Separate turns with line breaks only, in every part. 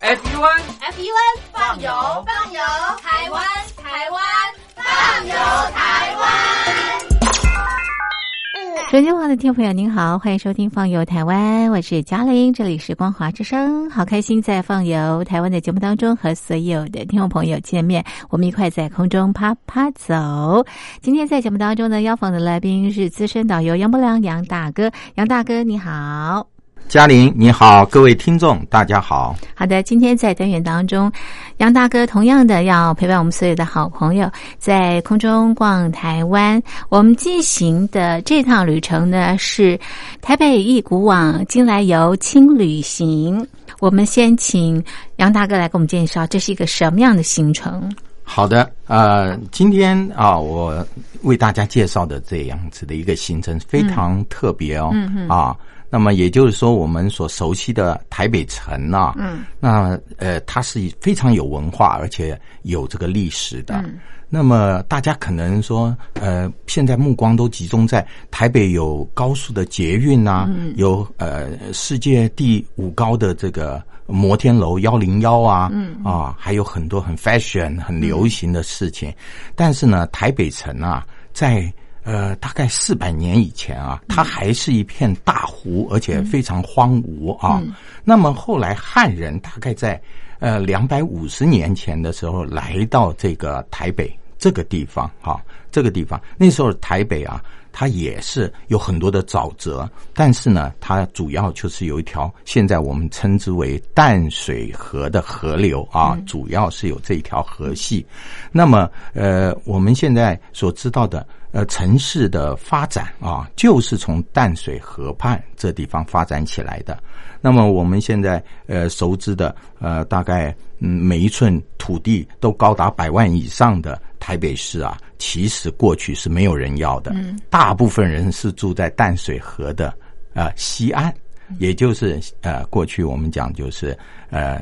FUN
F U N 放油放油，台湾台湾放油台湾。
北京话的听众朋友您好，欢迎收听《放游台湾》，我是嘉玲，这里是光华之声，好开心在《放游台湾》的节目当中和所有的听众朋友见面，我们一块在空中啪啪走。今天在节目当中呢，邀访的来宾是资深导游杨伯良杨大哥，杨大哥你好。
嘉玲你好，各位听众大家好。
好的，今天在单元当中，杨大哥同样的要陪伴我们所有的好朋友在空中逛台湾。我们进行的这趟旅程呢是台北一古往今来游轻旅行。我们先请杨大哥来给我们介绍这是一个什么样的行程。
好的，呃，今天啊，我为大家介绍的这样子的一个行程非常特别哦，嗯、啊，那么也就是说，我们所熟悉的台北城啊，嗯，那呃，它是非常有文化，而且有这个历史的。那么大家可能说，呃，现在目光都集中在台北有高速的捷运啊，有呃世界第五高的这个摩天楼幺零幺啊，啊，还有很多很 fashion 很流行的事情。但是呢，台北城啊，在呃，大概四百年以前啊，它还是一片大湖，而且非常荒芜啊。那么后来汉人大概在呃两百五十年前的时候来到这个台北这个地方哈、这个地方那时候台北啊，它也是有很多的沼泽，但是呢，它主要就是有一条现在我们称之为淡水河的河流啊，主要是有这一条河系。那么呃，我们现在所知道的。呃城市的发展啊，就是从淡水河畔这地方发展起来的。那么我们现在呃熟知的呃大概嗯每一寸土地都高达百万以上的台北市啊，其实过去是没有人要的，大部分人是住在淡水河的呃西岸，也就是呃过去我们讲就是呃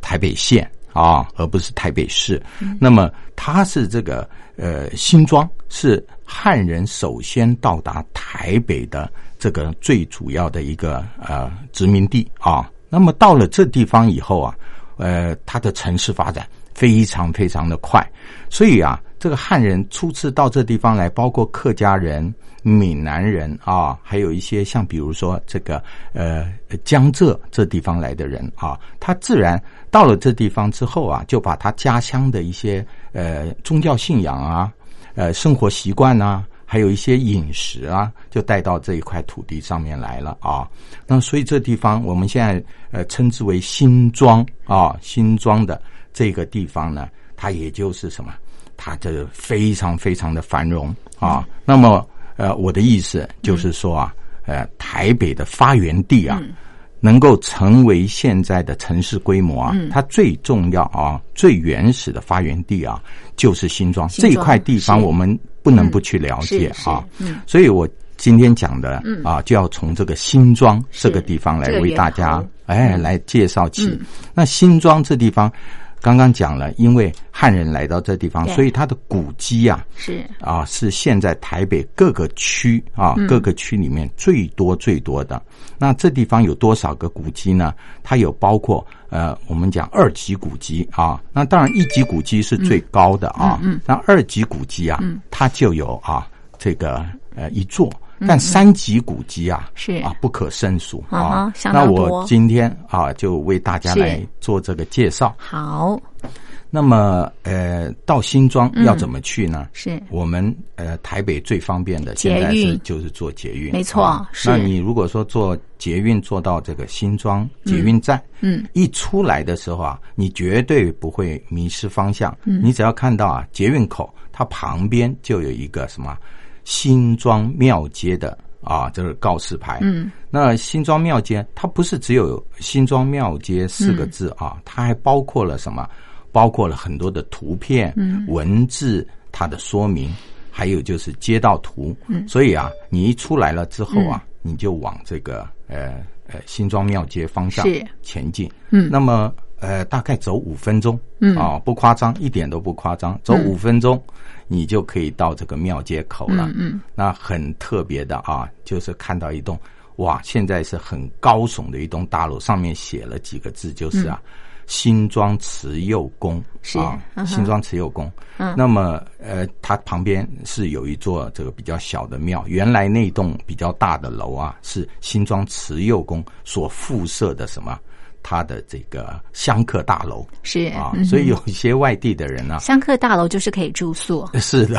台北县。啊，而不是台北市。那么它是这个呃新庄是汉人首先到达台北的这个最主要的一个呃殖民地啊。那么到了这地方以后啊，呃，它的城市发展非常非常的快，所以啊，这个汉人初次到这地方来，包括客家人、闽南人啊，还有一些像比如说这个呃江浙这地方来的人啊，他自然到了这地方之后啊，就把他家乡的一些呃宗教信仰啊、呃生活习惯啊，还有一些饮食啊，就带到这一块土地上面来了啊。那所以这地方我们现在呃称之为新庄啊，新庄的这个地方呢，它也就是什么，它这非常非常的繁荣啊。那么呃，我的意思就是说啊，呃，台北的发源地啊。
嗯
能够成为现在的城市规模
嗯
啊，它最重要啊、最原始的发源地啊，就是新庄
新庄
这一块地方，
是嗯
我们不能不去了解
是
啊。所以我今天讲的啊，就要从这个新庄这个地方
嗯
来
这个
为
源
大
头嗯
家哎来介绍起。那新庄这地方，刚刚讲了，因为汉人来到这地方，
对
所以它的古迹啊，
是
啊，是现在台北各个区啊，
嗯
各个区里面最多最多的。那这地方有多少个古迹呢？它有包括呃，我们讲二级古迹啊，那当然一级古迹
嗯
是最高的啊，那二级古迹啊，它就有啊这个呃一座。但三级古迹啊，
嗯是
啊，不可胜数
啊
啊
哈。相
那
当
我
多
今天啊，就为大家
是
来做这个介绍。
好
那么，呃，到新庄
嗯
要怎么去呢？
是
我们呃台北最方便的，
嗯捷
现在
运
是就是坐捷运，
没错
啊
是
那你如果说坐捷运坐到这个新庄捷运站，
嗯，
一出来的时候啊，你绝对不会迷失方向。嗯，你只要看到啊捷运口，它旁边就有一个什么新庄庙街的。啊，这是告示牌。嗯，那新庄庙街，它不是只有新庄庙街四个字啊，它还包括了什么？包括了很多的图片、文字，它的说明，还有就是街道图。所以啊，你一出来了之后啊，你就往这个呃呃新庄庙街方向
是
前进。嗯，那么呃大概走五分钟，嗯啊不夸张，一点都不夸张，走五分钟。你就可以到这个庙街口了。嗯，那很特别的啊，就是看到一栋哇，现在是很高耸的一栋大楼，上面写了几个字，就是啊，新庄慈幼宫，
嗯是
啊
嗯，哼
新庄慈幼宫。
嗯
那么呃，它旁边是有一座这个比较小的庙，原来那栋比较大的楼啊，是新庄慈幼宫所附设的什么？它的这个香客大楼
是
啊，
嗯
所以有一些外地的人啊，
香客大楼就是可以住宿，
是 的，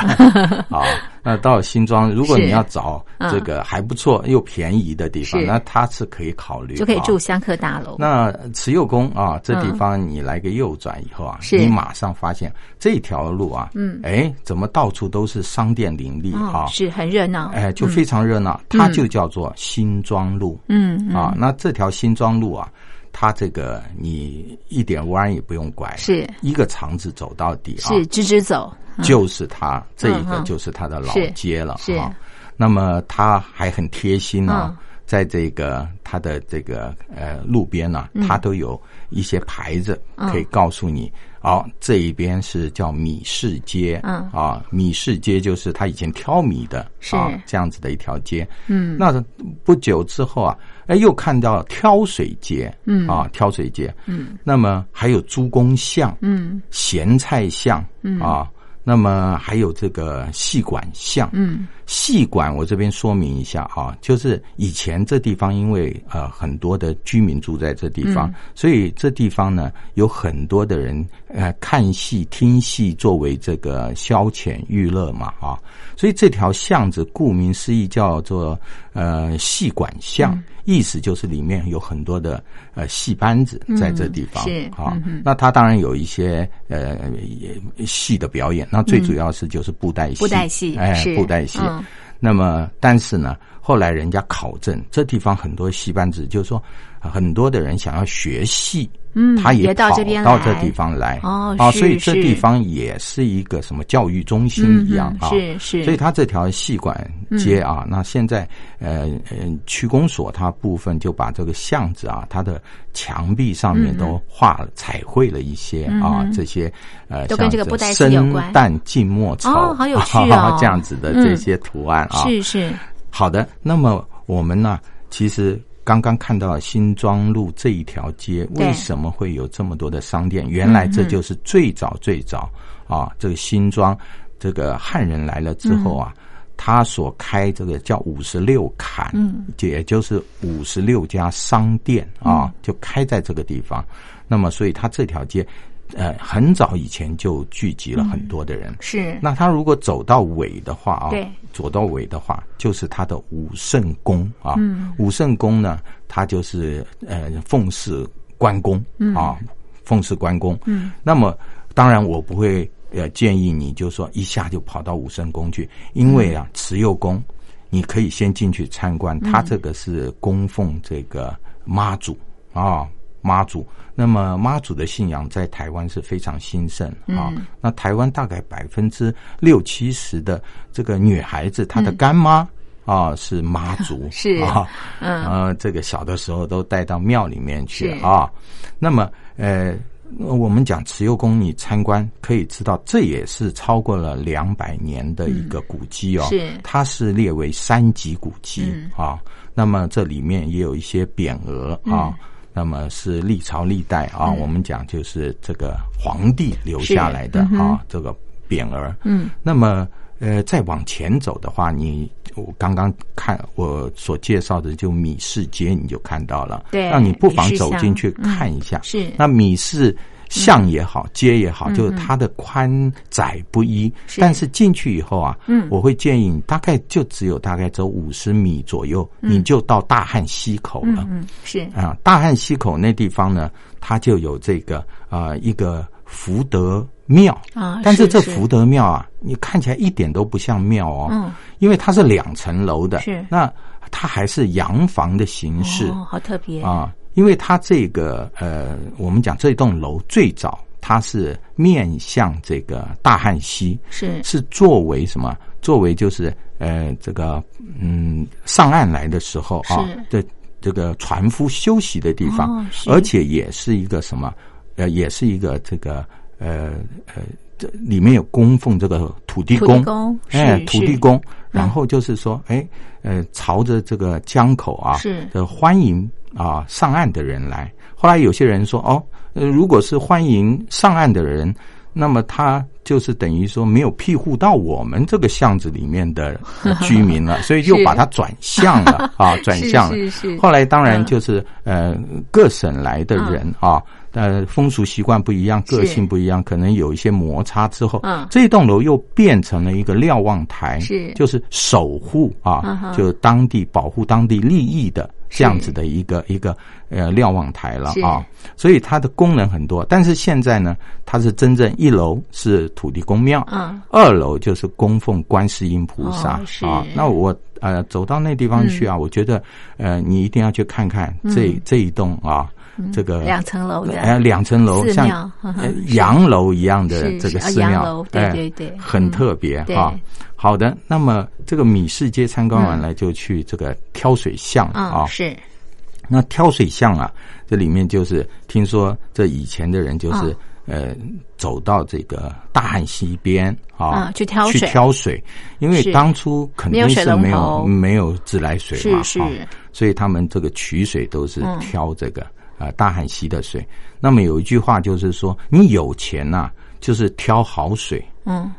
啊，那到新庄，如果
是嗯
你要找这个还不错又便宜的地方，
是
那它是可以考虑，
就可以
啊
住香客大楼。
那慈幼宫啊，这地方你来个右转以后啊，
是
你马上发现这条路啊，嗯，哎，怎么到处都是商店林立
哦
啊，？
是很热闹。
哎，就非常热闹，它就叫做新庄路。
嗯，
啊，那这条新庄路啊，它这个你一点弯也不用拐，
是
一个长字走到底啊，
是直直走，
就是它这一
嗯
个
嗯
就是它的老
是
街了
是
啊。那么它还很贴心啊
嗯，
在这个它的这个呃路边呢、
嗯
它都有一些牌子可以告诉你。哦，这一边是叫米市街，
嗯
啊，米市街就是他以前挑米的，
是
啊，这样子的一条街，
嗯，
那不久之后啊，哎，又看到挑水街，嗯，啊，挑水街，嗯，那么还有猪公巷，
嗯，
咸菜巷，嗯啊，那么还有这个细管巷，
嗯，
细管我这边说明一下啊，就是以前这地方因为呃很多的居民住在这地
嗯
方，所以这地方呢有很多的人呃看戏听戏作为这个消遣娱乐嘛啊，所以这条巷子顾名思义叫做呃戏管巷，
嗯
意思就是里面有很多的呃戏班子在这地方、
嗯是
啊。那它当然有一些呃也戏的表演，那最主要是就是布袋
嗯
戏，
布袋戏
哎
是，
布袋戏。
嗯
那么，但是呢，后来人家考证，这地方很多戏班子，就是说，呃很多的人想要学戏，
嗯
他
也到
跑
这边
到
来
这地方来，
哦
啊，
是
所以这
是
地方也是一个什么教育中心
嗯
一样
嗯
啊，
是是，嗯
所以它这条细管街啊，那现在呃呃区公所它部分就把这个巷子啊，它的墙壁上
嗯
面都画了、彩绘了一些啊，这些呃
都跟这个
像
布袋戏有关
生蛋浸墨草
哦好有趣哦 嗯
这样子的这些图案啊。
是是，
好的，那么我们呢，其实。刚刚看到新庄路这一条街，
对
为什么会有这么多的商店？原来这就是最早最早啊，这个新庄这个汉人来了之后啊，他所开这个叫五十六坎，嗯，也就是五十六家商店啊，就开在这个地方。那么，所以他这条街，呃，很早以前就聚集了很多的人。
是
那他如果走到尾的话啊
对，
走到尾的话，就是他的武圣宫啊。
嗯
武圣宫呢，他就是呃奉祀关公啊，
嗯
奉祀关公。嗯，那么当然我不会呃建议你就说一下就跑到武圣宫去，因为
嗯
啊慈幼宫。你可以先进去参观，它这个是供奉这个妈祖啊，妈祖。那么妈祖的信仰在台湾是非常兴盛啊。
嗯
那台湾大概百分之六七十的这个女孩子，她的干妈。啊，是妈祖
嗯 是
啊，
嗯
呃，这个小的时候都带到庙里面去
是
啊。那么，呃，我们讲慈幼宫，你参观可以知道，这也是超过了两百年的一个古迹哦。
是
它是列为三级古迹、
嗯
啊。那么这里面也有一些匾额
嗯
啊。那么是历朝历代啊，我们讲就是这个皇帝留下来的
是嗯哼
啊，这个匾额。
嗯，
那么呃，再往前走的话，你我刚刚看我所介绍的就米市街，你就看到了。
对
那你不
米
妨
市
走
巷
进去
嗯
看一下。
是
那米市巷也好，街也好，就是它的宽窄不一。
嗯是
但是进去以后啊，嗯，我会建议你大概就只有大概走五十米左右，你就到大汉溪口了。
嗯是
啊，大汉溪口那地方呢，它就有这个啊、呃一个福德庙
啊
但
是
是这
是
福德庙啊，你看起来一点都不像庙哦，
嗯
因为它是两层楼的，
是
那它还是洋房的形式，
哦，好特别，
啊，因为它这个呃，我们讲这栋楼最早它是面向这个大汉溪，
是
是作为什么？作为就是呃，这个嗯，上岸来的时候啊
是
的这个船夫休息的地方，
哦是
而且也是一个什么？呃，也是一个这个。呃呃，这里面有供奉这个土地
土
公
地，公，
哎，
是
土地，公，然后就是说，哎，呃，朝着这个江口啊，
是
呃，欢迎啊上岸的人来。后来有些人说，哦，呃，如果是欢迎上岸的人，那么他就是等于说没有庇护到我们这个巷子里面的呃居民了，所以就是把它转向了啊，转
是
向了。
是是，
后来当然
嗯
就是、呃，各省来的人啊，呃，风俗习惯不一样，
是
个性不一样，可能有一些摩擦之后，
嗯
这栋楼又变成了一个瞭望台，
是
就是守护啊，
嗯哼
就当地保护当地利益的这样子的一个一个呃瞭望台了
是
啊，所以它的功能很多，但是现在呢，它是真正一楼是土地公庙，
嗯，
二楼就是供奉观世音菩萨、
哦是嗯
啊。那我呃走到那地方去啊，我觉得呃你一定要去看看这、这一栋啊，这个
嗯两层楼的
哎两层楼
寺
像
庙呵呵
呃洋楼一样的
是
这个
是啊
寺
洋
庙
楼，对
哎，
对对
很
嗯
特别
对
啊。好的，那么这个米市街参观完了，就去这个挑水巷啊
嗯，。是
那挑水巷啊，这里面就是听说这以前的人就是、
嗯
呃走到这个大汉溪边啊、
嗯去挑
去
水
挑水，因为
是
当初肯
没有
定
水
是
龙
没有
头
没有自来水嘛，
是是
啊所以他们这个取水都是
嗯
挑这个啊、呃大汉溪的水。那么有一句话就是说，你有钱呐、就是挑好水，
嗯，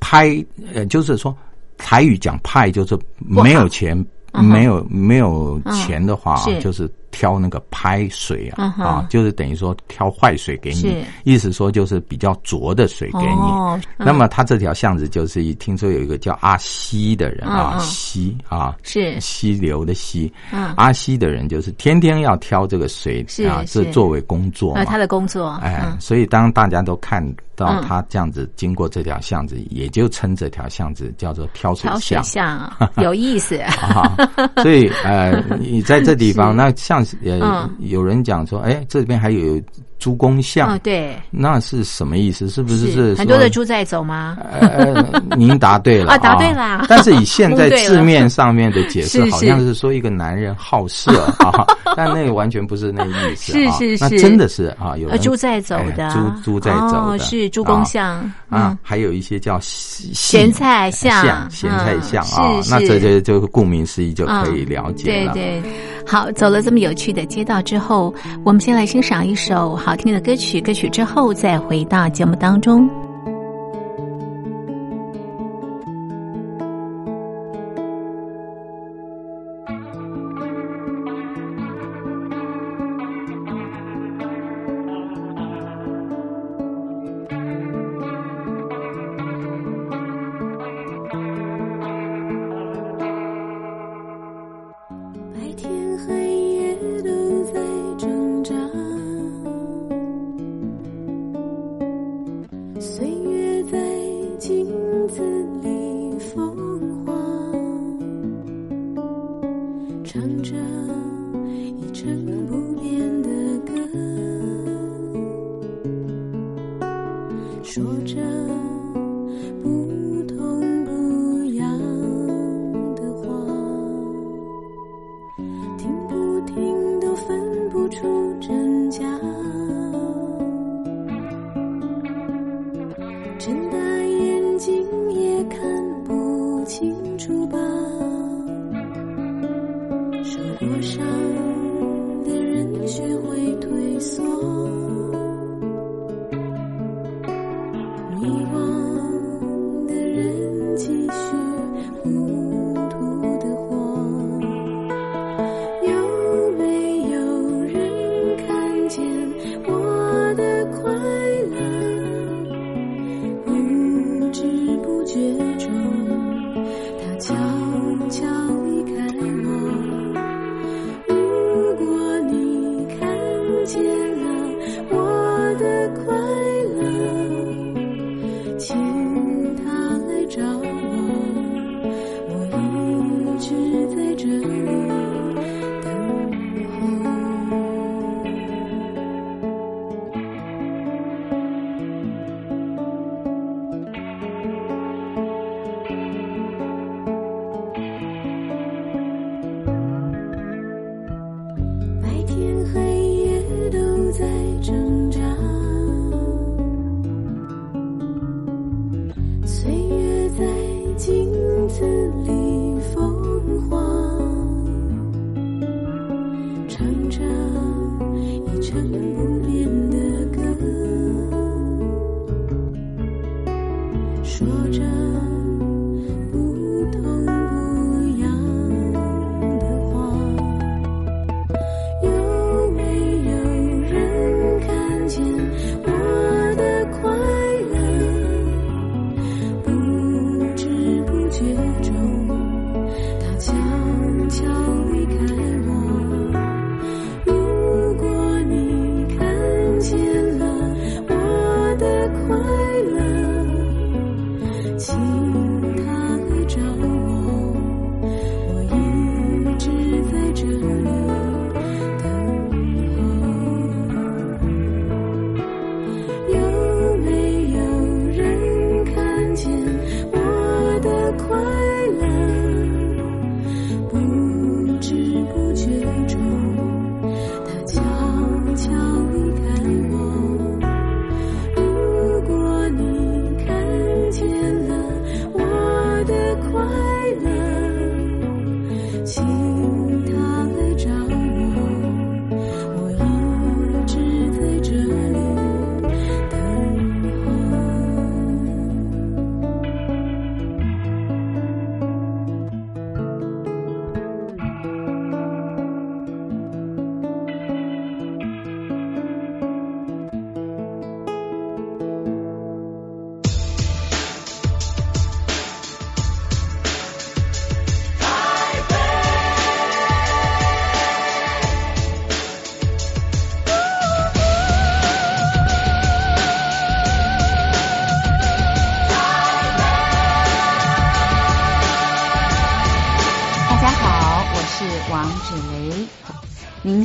拍呃，就是说台语讲派就是没有钱，
嗯哼
没有没有钱的话啊，
嗯是
就是挑那个拍水啊、
嗯哼
啊，就是等于说挑坏水给
是
你，意思说就是比较浊的水给你。
哦嗯
那么他这条巷子就是一听说有一个叫阿西的人啊，
嗯嗯
西啊。
是
溪流的溪，
嗯
阿西的人就是天天要挑这个水
是
啊，这
是
作为工作嘛
呃，他的工作，
哎，
嗯
所以当大家都看到
嗯
他这样子经过这条巷子，也就称这条巷子叫做挑水
挑水
巷。
巷 啊有意思，
啊， 所以呃，你在这地方，那像是呃
嗯，
有人讲说，哎，这边还有猪公
哦
巷，
对，
那是什么意思？是不是是
很多的
说
猪在走吗？
呃，您答对 了
啊答对啦
但是以现在
蒙对了
字面上面的解 释
是，是
好像是说一个男人好色 啊，但那个完全不是那意思啊。
是是
那
是
真的是啊，有
呃，
人
猪在走的
哎，猪猪在走的
哦，是猪公巷
啊
嗯，，
还有一些叫咸
咸菜巷
像咸菜
嗯
像啊
是，
那
是
这些就顾名思义就
嗯
可以了解
对
了。
对，好，走了这么有趣的街道之后，我们先来欣赏一首好听的歌曲，歌曲之后再回到节目当中。
白天和夜都在挣扎，岁月在镜子里风化，唱着一成不变的歌，说着不痛不痒的话。听不听都分不出真假。睁大眼睛也看不清楚吧？受过伤的人学会退缩，迷惘的人继续糊涂的活。有没有人看见我的快乐？不知不觉中，他悄悄离开我。如果你看见了我的快乐，请他来找我，我一直在这里。等候。白天黑夜都在挣扎。
您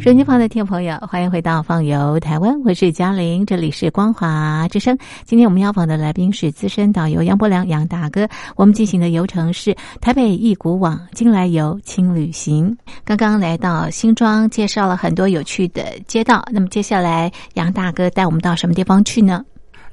手机旁的听众朋友，欢迎回到《放游台湾》，我是嘉玲，这里是光华之声。今天我们邀访的来宾是资深导游杨伯良杨大哥。我们进行的游程是台北一古往今来游轻旅行。刚刚来到新庄，介绍了很多有趣的街道。那么接下来，杨大哥带我们到什么地方去呢？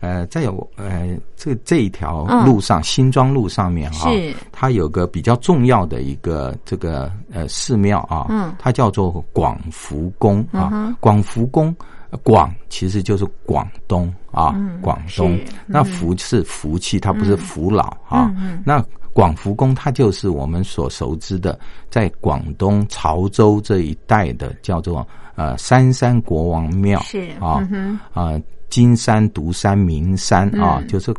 呃，在我呃这这一条路上，新庄路上面哈、
嗯是
它有个比较重要的一个这个呃寺庙啊，
嗯
它叫做广福宫
嗯
啊，
哼
广福宫。呃广其实就是广东啊，广
嗯
东
是。嗯
那福是福气，它不是福老啊。那广福宫它就是我们所熟知的，在广东潮州这一带的叫做呃三山国王庙
是
啊，
嗯哼，
啊，金山、独山、名山啊，
嗯
就是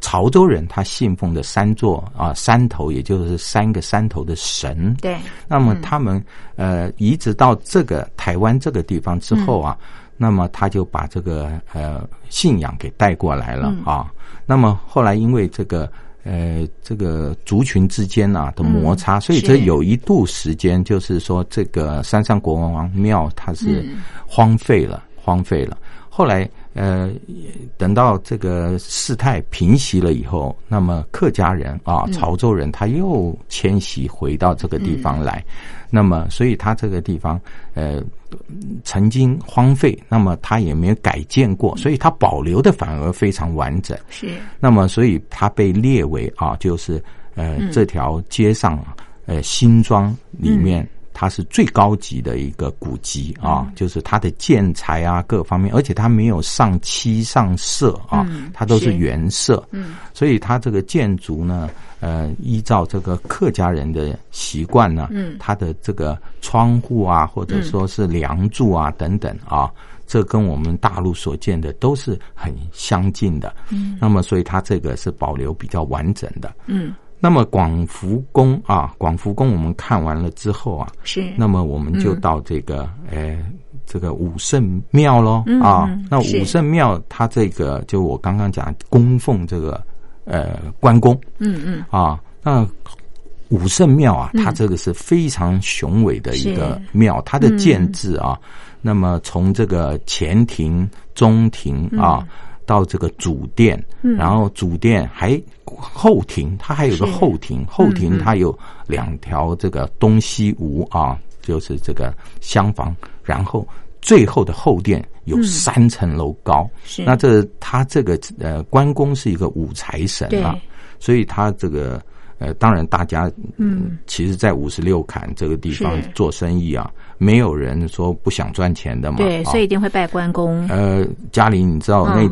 潮州人他信奉的三座啊山头，也就是三个山头的神。
对，嗯
那么他们呃移植到这个台湾这个地方之后
嗯
啊，那么他就把这个呃信仰给带过来
嗯
了啊。那么后来因为这个。呃，这个族群之间啊的摩
嗯
擦，所以这
是
有一度时间，就是说这个三山国王庙它是荒废了，荒废了。后来呃，等到这个事态平息了以后，那么客家人啊，潮州人他又迁徙回到这个地方来，那么所以他这个地方呃曾经荒废，那么他也没有改建过，所以他保留的反而非常完整。
是
那么所以它被列为啊，就是呃、
嗯
这条街上啊呃新庄里面。它是最高级的一个古迹啊，
嗯
就是它的建材啊各方面，而且它没有上漆上色啊，
嗯
它都是
是
原色，嗯，所以它这个建筑呢，呃，依照这个客家人的习惯呢，
嗯
它的这个窗户啊，或者说是梁柱啊等等啊，这跟我们大陆所见的都是很相近的，那么所以它这个是保留比较完整的。
嗯，
那么广福宫啊，广福宫我们看完了之后啊，
是
那么我们就到这个呃这个武圣庙喽
嗯
啊
嗯。
那
是
武圣庙它这个就我刚刚讲供奉这个呃关公
嗯嗯
啊，那。武圣庙啊，
嗯
它这个是非常雄伟的一个
是
庙，它的建制啊，那么从这个前庭、中庭啊，
嗯
到这个主殿，然后主殿还后庭，它还有个
是嗯
后庭，后庭它有两条这个东西屋啊，就是这个厢房，然后最后的后殿有三层楼高，
是
那这它这个呃关公是一个武财神啊
对，
所以他这个呃，当然大家
嗯，
其实，在五十六坎这个地方
是
做生意啊，没有人说不想赚钱的嘛，
对，
啊
所以一定会拜关公。
呃，嘉玲，你知道那
嗯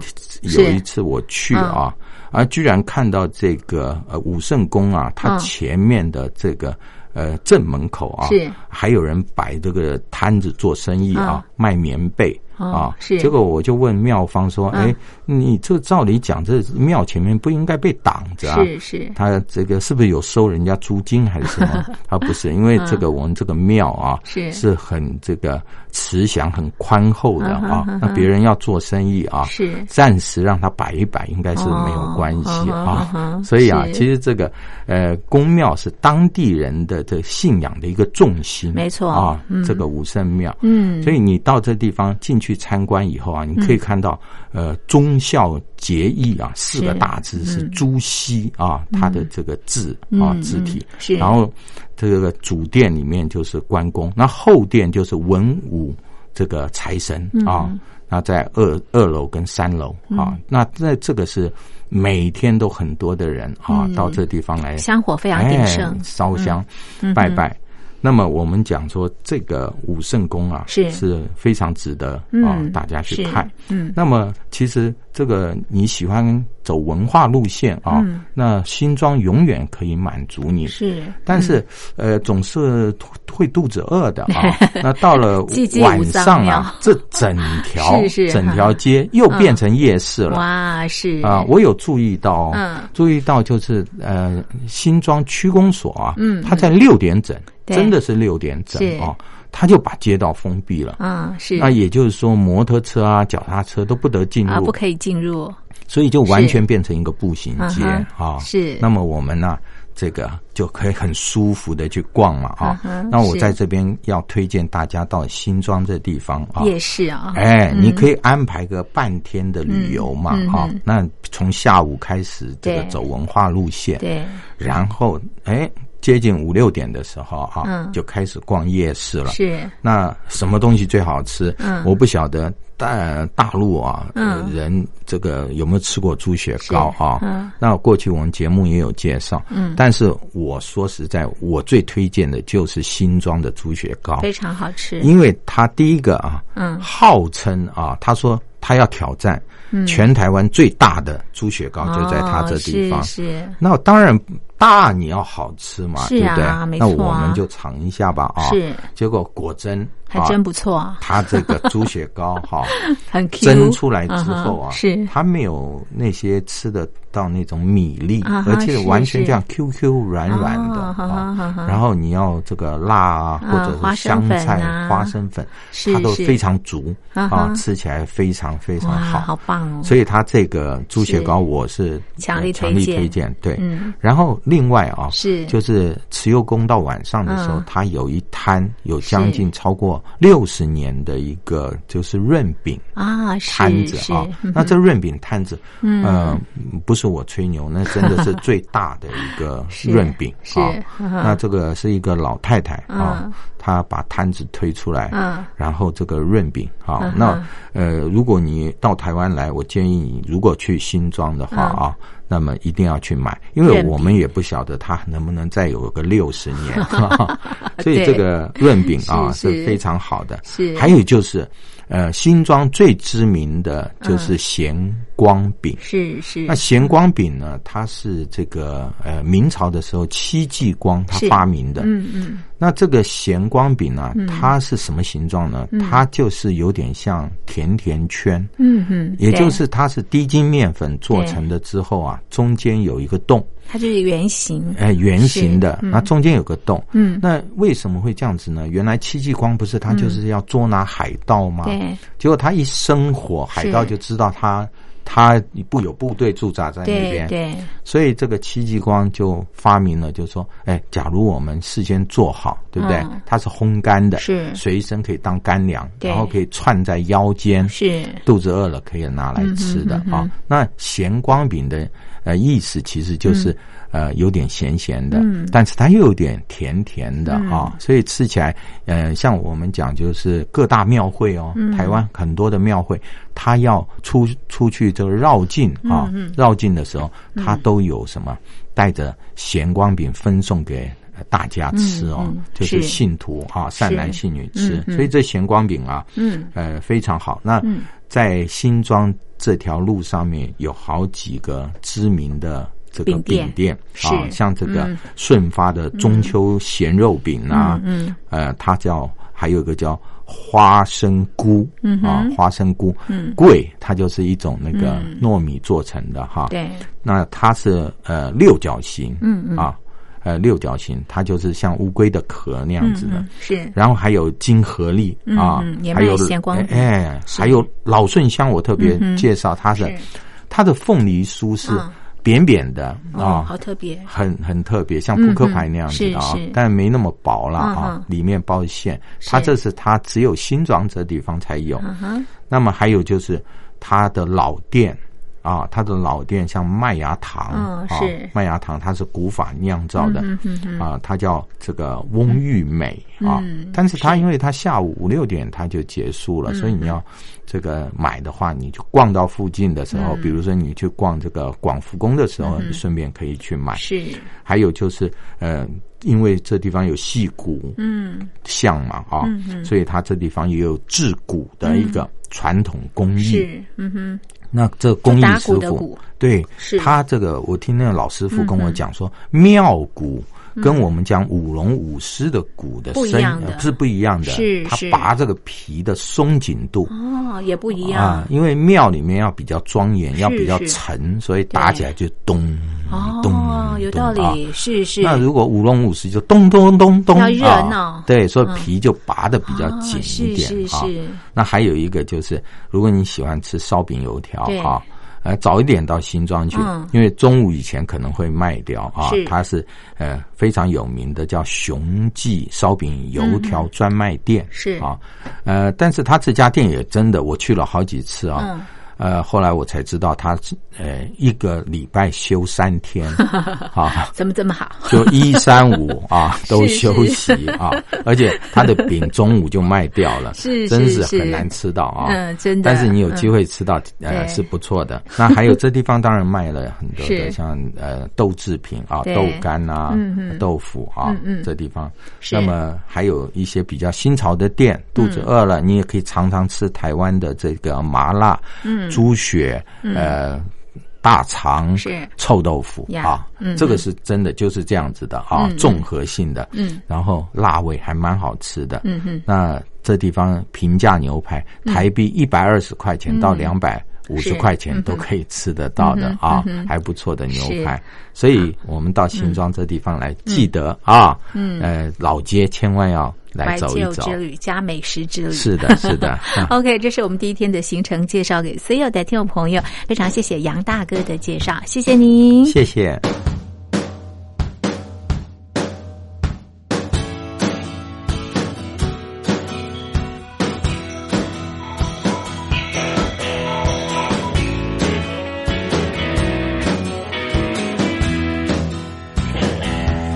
有
是嗯
一次我去啊，啊，居然看到这个呃武圣宫啊，它
嗯
前面的这个呃正门口啊，
是
还有人摆这个摊子做生意啊，卖棉被。
嗯哦
啊，
是
结果我就问妙方说：“
嗯
哎，你这照理讲，这庙前面不应该被挡着啊？
是是，
他这个是不是有收人家租金还是什 么？他不是，因为这个我们这个庙啊，
是
是很这个慈祥、很宽厚的
嗯
啊
哼嗯哼。
那别人要做生意啊，
是
暂时让他摆一摆，应该是没有关系
哦嗯哼嗯
啊
哼。
所以啊
是，
其实这个呃，宫庙是当地人的这信仰的一个重心，
没错
啊
嗯。
这个武圣庙，
嗯，
所以你到这地方进去参观以后啊，你可以看到，呃，忠孝节义啊，四个大字是朱熹啊，他的这个字啊
嗯
字体
嗯，是
然后这个主殿里面就是关公，那后殿就是文武这个财神啊，
嗯
那在二二楼跟三楼啊，那那这个是每天都很多的人
嗯
啊到这地方来
香火非常鼎盛嗯
哎、，烧香、拜拜。那么我们讲说这个武圣宫啊，
是
是非常值得啊、
嗯
大家去
是
看。
嗯
那么其实这个你喜欢走文化路线啊，
嗯
那新庄永远可以满足你。
是，嗯
但是，呃，总是肚会肚子饿的啊。 那到了
寂寂无
晚
脏
上
庙
啊，这整条
是是
整
哈
条街又变成夜市了。
哇，是
啊，我有注意到，
嗯
注意到就是呃，新庄区公所啊，
嗯
他在六点整，
对
真的是六点整
是
啊，他就把街道封闭了。
嗯是
那也就是说，摩托车啊、脚踏车都不得进入，
啊，不可以进入，
所以就完
是
全变成一个步行街
嗯哼
啊。
是
那么我们呢、这个就可以很舒服的去逛嘛啊。
嗯哼
那我
是
在这边要推荐大家到新庄这地方啊，
夜市啊，
哎，你可以安排个半天的旅游嘛，
嗯嗯
哈、
嗯
那从下午开始，这个
对
走文化路线，
对，
然后哎，接近五六点的时候啊，
嗯
就开始逛夜市了。
是
那什么东西最好吃？
嗯
我不晓得大大陆啊，
嗯
呃人这个有没有吃过猪血糕啊？
嗯
那过去我们节目也有介绍，嗯，但是我说实在，我最推荐的就是新庄的猪血糕，
非常好吃，
因为他第一个啊，
嗯
号称啊，他说他要挑战全台湾最大的猪血糕，就在他这地
嗯
方啊
哦。是是
那当然大你要好吃嘛，
是啊没
对不对？
错
那
啊
我们就尝一下吧啊！
是，
结果果真
还真
啊，
不错啊，
他这个猪血糕哈，
很 Q，
啊蒸出来之后
嗯哼
啊，
是
它没有那些吃得到那种米粒
啊，哈
而且
是
完全
是
这样 QQ 软软的
哦哈哈哈
啊
哈。
然后你要这个辣啊，
啊
或者是香菜
花生粉啊、
花生粉，
是
它都
是
非常足
啊哈
啊，吃起来非常非常
哇，
好。
棒哦，
所以它这个猪血糕
是
我是
强
呃
力
强
推
力
荐
推荐，对。
嗯
然后另外啊，
是
就是慈幼宫到晚上的时候
嗯，
它有一摊有将
是
近超过六十年的一个就是润饼。
啊，是
摊子
是
啊，
嗯
那这润饼摊子，嗯、呃，不是我吹牛，那真的是最大的一个
是
润饼
是
啊。
嗯哼
那这个是一个老太太啊
嗯，
她把摊子推出来
嗯，
然后这个润饼
嗯
啊
哼，
那呃，如果你到台湾来，我建议你如果去新庄的话啊。
嗯
那么一定要去买，因为
润饼
我们也不晓得它能不能再有个六十 年，所以
对
这个润饼啊
是是
是非常好的。
是
还有就是，呃，新庄最知名的
嗯
就是咸光饼。
是是
那咸光饼呢，它是这个呃明朝的时候戚继光他
是
发明的。
嗯嗯
那这个咸光饼呢，它是什么形状呢？它就是有点像甜甜圈，
嗯嗯，
也就
对
是它是低筋面粉做
对
成的之后啊，中间有一个洞。
它就是圆形，
哎，圆形的，
是嗯
那中间有个洞。
嗯
那为什么会这样子呢？原来戚继光不是他就是要捉拿海盗吗？
对
结果他一生火，海盗就知道他他不有部队驻扎在那
对
边，
对，
所以这个戚继光就发明了，就说，哎，假如我们事先做好，对不对？
嗯
它是烘干的，
是
随身可以当干粮，
对
然后可以串在腰间，
是
肚子饿了可以拿来吃的
嗯哼嗯
啊。那咸光饼的呃意思其实
嗯
就是呃有点咸咸的，但是它又有点甜甜的
嗯
啊，所以吃起来呃像我们讲就是各大庙会哦，
嗯
台湾很多的庙会，它要出出去这个绕境
嗯
啊，绕境的时候它都有什么带着咸光饼分送给。呃大家吃哦，
嗯嗯
就是
是
信徒啊，善男
是
信女吃，
嗯嗯
所以这咸光饼啊，
嗯
呃，非常好。那在新庄这条路上面有好几个知名的这个
饼店
饼店
是
啊，像这个
嗯
顺发的中秋咸肉饼啊，
嗯
呃，它叫还有一个叫花生菇
嗯哼
啊，花生菇
嗯
桂，它就是一种那个
嗯
糯米做成的哈。
对
那它是呃六角形，
嗯嗯
啊，呃六角形，它就是像乌龟的壳那样子的。
嗯是
然后还有金合力
嗯
啊
嗯也，
还有
卖咸光饼
哎，还有老顺香，我特别介绍它的
是，
它的凤梨酥是
嗯
扁扁的
哦，
啊
好，特别
很很特别，像扑克牌那样子的啊
嗯嗯是是，
但没那么薄了
嗯嗯
啊，里面包馅，它
是
这是它只有新庄这地方才有。
啊哈，
那么还有就是它的老店。啊，它的老店像麦芽糖，
嗯
啊
是，
麦芽糖它是古法酿造的，
嗯嗯嗯
啊，它叫这个翁玉美啊
嗯，
但是它
是嗯
因为它下午五六点它就结束了，所以你要这个买的话，你就逛到附近的时候，
嗯
比如说你去逛这个广福宫的时候，你顺便可以去买。
是
还有就是，呃，因为这地方有戏骨
嗯
像嘛啊，所以它这地方也有制鼓的一个传统工艺。
嗯是嗯哼
那这工艺
就打
师
鼓的
傅
鼓，
对
是嗯
他这个，我听那个老师傅跟我讲说，妙鼓跟我们讲舞龙舞狮的鼓的
不一
声
样的
呃是不一样的，
是
它
是
拔这个皮的松紧度。
哦也不一
啊
样，
因为庙里面要比较庄严，
是
要比较
是
沉，所以打起来就咚咚
哦有
咚
道
啊
理是是
那如果舞龙舞狮就咚咚咚咚，
要热闹
啊对，所以
嗯
皮就拔的比较紧一
哦
点
是是
啊
是。
那还有一个就是，如果你喜欢吃烧饼油条
对
啊。呃，早一点到新庄去，
嗯
因为中午以前可能会卖掉啊。
是
它是呃非常有名的叫雄记烧饼油条专卖店，
是
啊，呃，但是他这家店也真的，我去了好几次啊。
嗯
呃，后来我才知道他是呃一个礼拜休 三天，啊，
怎么这么 好？
就一 三五啊都
是是
休息啊，而且他的饼中午就卖掉 了，
是
真
是是
很难吃到啊。
嗯真的嗯
但是你有机会吃到，
对
呃，是不错的。那还有这地方当然卖了很多
是
的，像呃豆制品啊、
对
豆干啊
嗯、嗯
豆腐啊
嗯嗯，
这地方。
是
那么还有一些比较新潮的店，肚子饿
嗯
了，你也可以常常吃台湾的这个麻辣、
嗯
猪血、呃大肠
是
臭豆腐
呀
啊
嗯，
这个是真的就是这样子的啊，综合性的，嗯，然后辣味还蛮好吃的，
嗯哼
那这地方平价牛排，台币一百二十块钱到两百
嗯
五
是嗯
十块钱都可以吃得到的啊，还不错的牛排。所以我们到新庄这地方来，记得啊，嗯，呃，老街千万要来
怀
走一
旧
走。
之旅加美食之旅
是的，是的。 啊
OK，这是我们第一天的行程介绍给所有的听众朋友，非常谢谢杨大哥的介绍，谢谢您。
谢谢。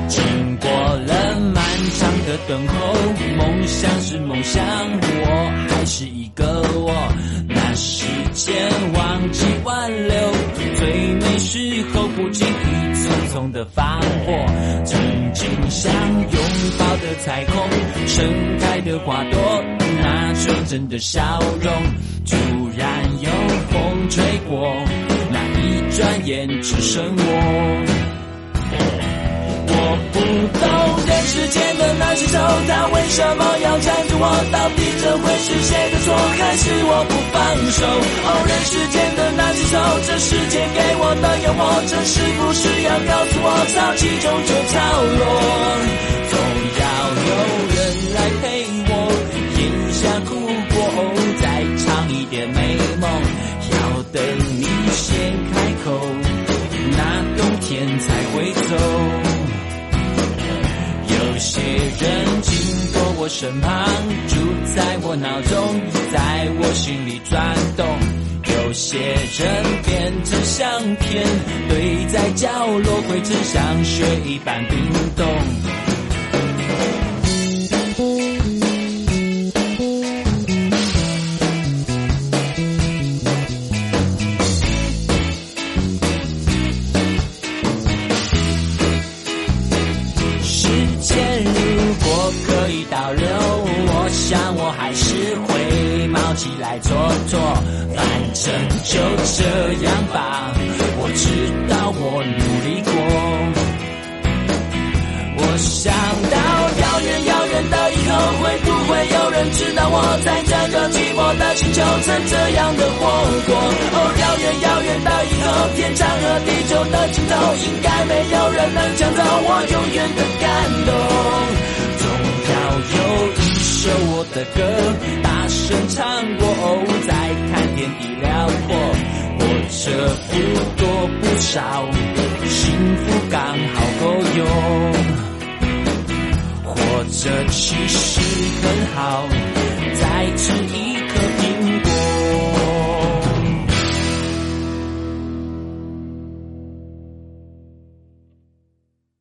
经过了漫长的等候，梦想是梦想，我还是一个我。那时间忘记挽留，最美时候不经意匆匆的放过。曾经想拥抱的彩虹，盛开的花朵，那纯真的笑容，突然有风吹过，那一转眼只剩我。我不懂人世间的那些愁，他为什么要缠着我？到底这会是谁的错，还是我不放手？哦，人世间的那些愁，这世界给我的诱惑，这是不是要告诉我，潮起终究潮落，总要有人来陪我，咽下苦果，再尝一点美梦，要等你先开口，那冬天才会走。有些人经过我身旁，住在我脑中，在我心里转动。有些人变成相片，堆在角落，灰尘像雪一般冰冻。时间如果可以倒流，我想我还是会冒起来做做，反正就这样吧。我知道我努力过。我想到遥远遥远的以后，会不会有人知道我在这个寂寞的星球曾这样的活过？哦，遥远遥远的以后，天长和地久的尽头，应该没有人能抢走我永远的感动。总要有一首我的歌，大声唱过，再看天地辽阔。我这不多不少，幸福刚好够用。活着其实很好，